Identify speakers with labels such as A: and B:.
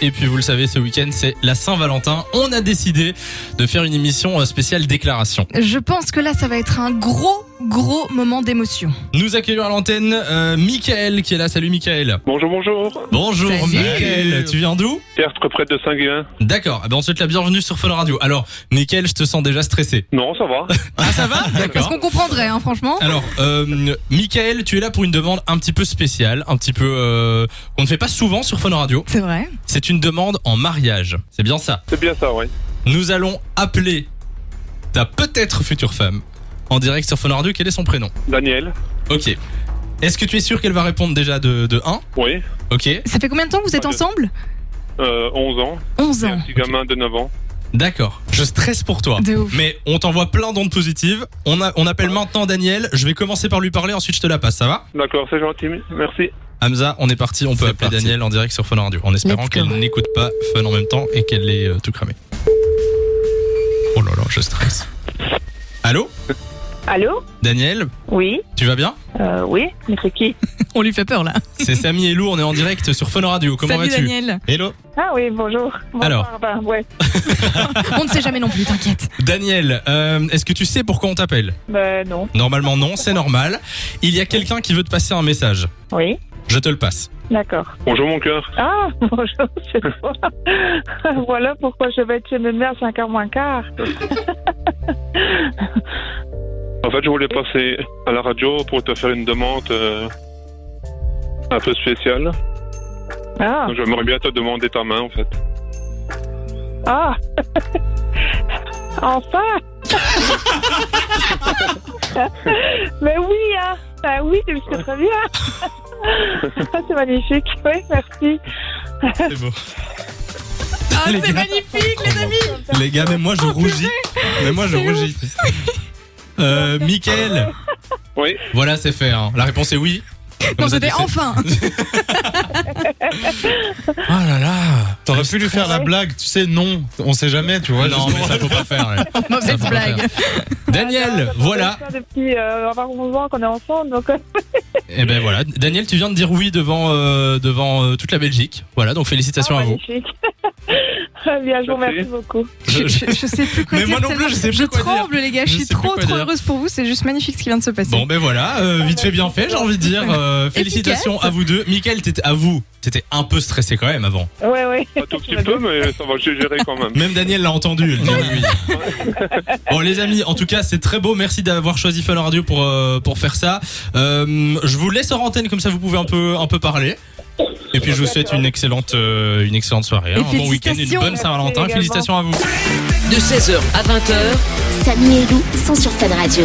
A: Et puis vous le savez, ce week-end c'est la Saint-Valentin. On a décidé de faire une émission euh, spéciale déclaration.
B: Je pense que là, ça va être un gros, gros moment d'émotion.
A: Nous accueillons à l'antenne euh, Michael qui est là. Salut Michael.
C: Bonjour, bonjour.
A: Bonjour
B: Salut.
A: Michael, tu viens d'où
C: Tertre près de Saint-Guin.
A: D'accord, eh ben, on te souhaite la bienvenue sur Fun Radio. Alors Michael, je te sens déjà stressé.
C: Non, ça va.
A: Ah ça va
B: Parce
A: D'accord.
B: qu'on comprendrait, hein, franchement.
A: Alors, euh, Michael, tu es là pour une demande un petit peu spéciale, un petit peu euh, qu'on ne fait pas souvent sur Fun Radio.
B: C'est vrai.
A: C'est une demande en mariage. C'est bien ça.
C: C'est bien ça, oui.
A: Nous allons appeler ta peut-être future femme en direct sur Fun Radio. Quel est son prénom
C: Daniel.
A: Ok. Est-ce que tu es sûr qu'elle va répondre déjà de, de 1
C: Oui.
A: Ok.
B: Ça fait combien de temps que vous êtes
C: Ouais.
B: ensemble
C: Euh, 11 ans.
B: 11
C: Et un
B: ans.
C: petit gamin de 9 ans.
A: D'accord. Je stresse pour toi.
B: De ouf.
A: Mais on t'envoie plein d'ondes positives. On, a- on appelle maintenant Daniel. Je vais commencer par lui parler, ensuite je te la passe. Ça va
C: D'accord, c'est gentil. Merci.
A: Hamza, on est parti. On peut
D: C'est
A: appeler
D: parti.
A: Daniel en direct sur Fun Radio. En espérant
B: Let's
A: qu'elle
B: go.
A: n'écoute pas Fun en même temps et qu'elle l'ait euh, tout cramé. Oh là là, je stresse. Allô
E: Allô
A: Daniel,
E: Oui,
A: tu vas bien
E: euh, oui, mais c'est qui
B: On lui fait peur là.
A: C'est Samy et Lou, on est en direct sur Fun Radio. Comment
B: Salut
A: vas-tu
B: Daniel.
A: Hello.
E: Ah oui, bonjour. Bonsoir,
A: Alors.
E: ben, ouais.
B: On ne sait jamais non plus, t'inquiète.
A: Daniel, euh, est-ce que tu sais pourquoi on t'appelle
E: Ben non,
A: Normalement non, c'est normal. Il y a quelqu'un qui veut te passer un message.
E: oui,
A: Je te le passe.
E: d'accord.
C: Bonjour, mon cœur.
E: Ah, bonjour, c'est toi. voilà pourquoi je vais être chez Mémé à 5h moins quart.
C: En fait, je voulais passer à la radio pour te faire une demande euh, un peu spéciale.
E: Ah,
C: Donc, J'aimerais bien te demander ta main, en fait.
E: ah. enfin Mais oui, hein Ah oui, c'est c'est très bien. Ah, c'est magnifique, oui, merci.
A: C'est beau.
B: Ah,
A: Les
B: c'est
A: gars.
B: magnifique, les amis.
A: Les gars, même moi je rougis. Même moi je
B: Oh, C'est ouf.
A: rougis. Euh, Michael.
C: Oui.
A: Voilà, c'est fait. hein. La réponse est oui.
B: Non,
A: Comme ça,
B: c'était
A: tu sais.
B: enfin.
A: Oh là là.
D: T'aurais pu lui faire la blague, tu sais, non, on sait jamais, tu vois.
A: non,
D: justement.
A: mais ça faut pas faire. ouais. Ça
B: Mauvaise
A: faut pas
B: blague.
A: faire. Daniel, voilà.
E: Ça fait depuis euh, avoir 11 ans qu'on est ensemble, donc euh,
A: Et ben voilà. Daniel, tu viens de dire oui devant euh, devant euh, toute la Belgique. Voilà, donc
B: Ah,
A: félicitations à vous.
E: Ah, Magnifique. Très bien, je vous remercie
C: Merci.
E: beaucoup.
A: Je- je-
B: Je, je sais plus quoi
A: Mais
B: dire.
A: moi non plus,
B: tellement-
A: je sais plus quoi
B: tremble, les gars. Je,
A: Je
B: suis
A: sais plus
B: trop,
A: quoi
B: trop
A: dire.
B: heureuse pour vous. C'est juste magnifique ce qui vient de se passer.
A: Bon ben voilà, euh, vite fait bien fait, j'ai envie de dire. Euh, félicitations
B: Efficace.
A: à vous deux. Michael, t'étais à vous. T'étais un peu stressé quand même avant.
E: Ouais, ouais.
C: Un tout petit peu, mais ça va, je vais gérer quand même.
A: Même Daniel l'a entendu. Elle dit oui, oui. Bon les amis, en tout cas c'est très beau. Merci d'avoir choisi Fun Radio pour euh, pour faire ça. Euh, je vous laisse en antenne comme ça vous pouvez un peu un peu parler. Et puis je vous souhaite une excellente euh, une excellente soirée, hein.
B: Et
A: un bon week-end, une
B: félicitations.
A: bonne Saint-Valentin.
E: Merci
A: Félicitations à vous.
F: De 16h à 20h,
G: Samy et Lou sont sur Fan Radio.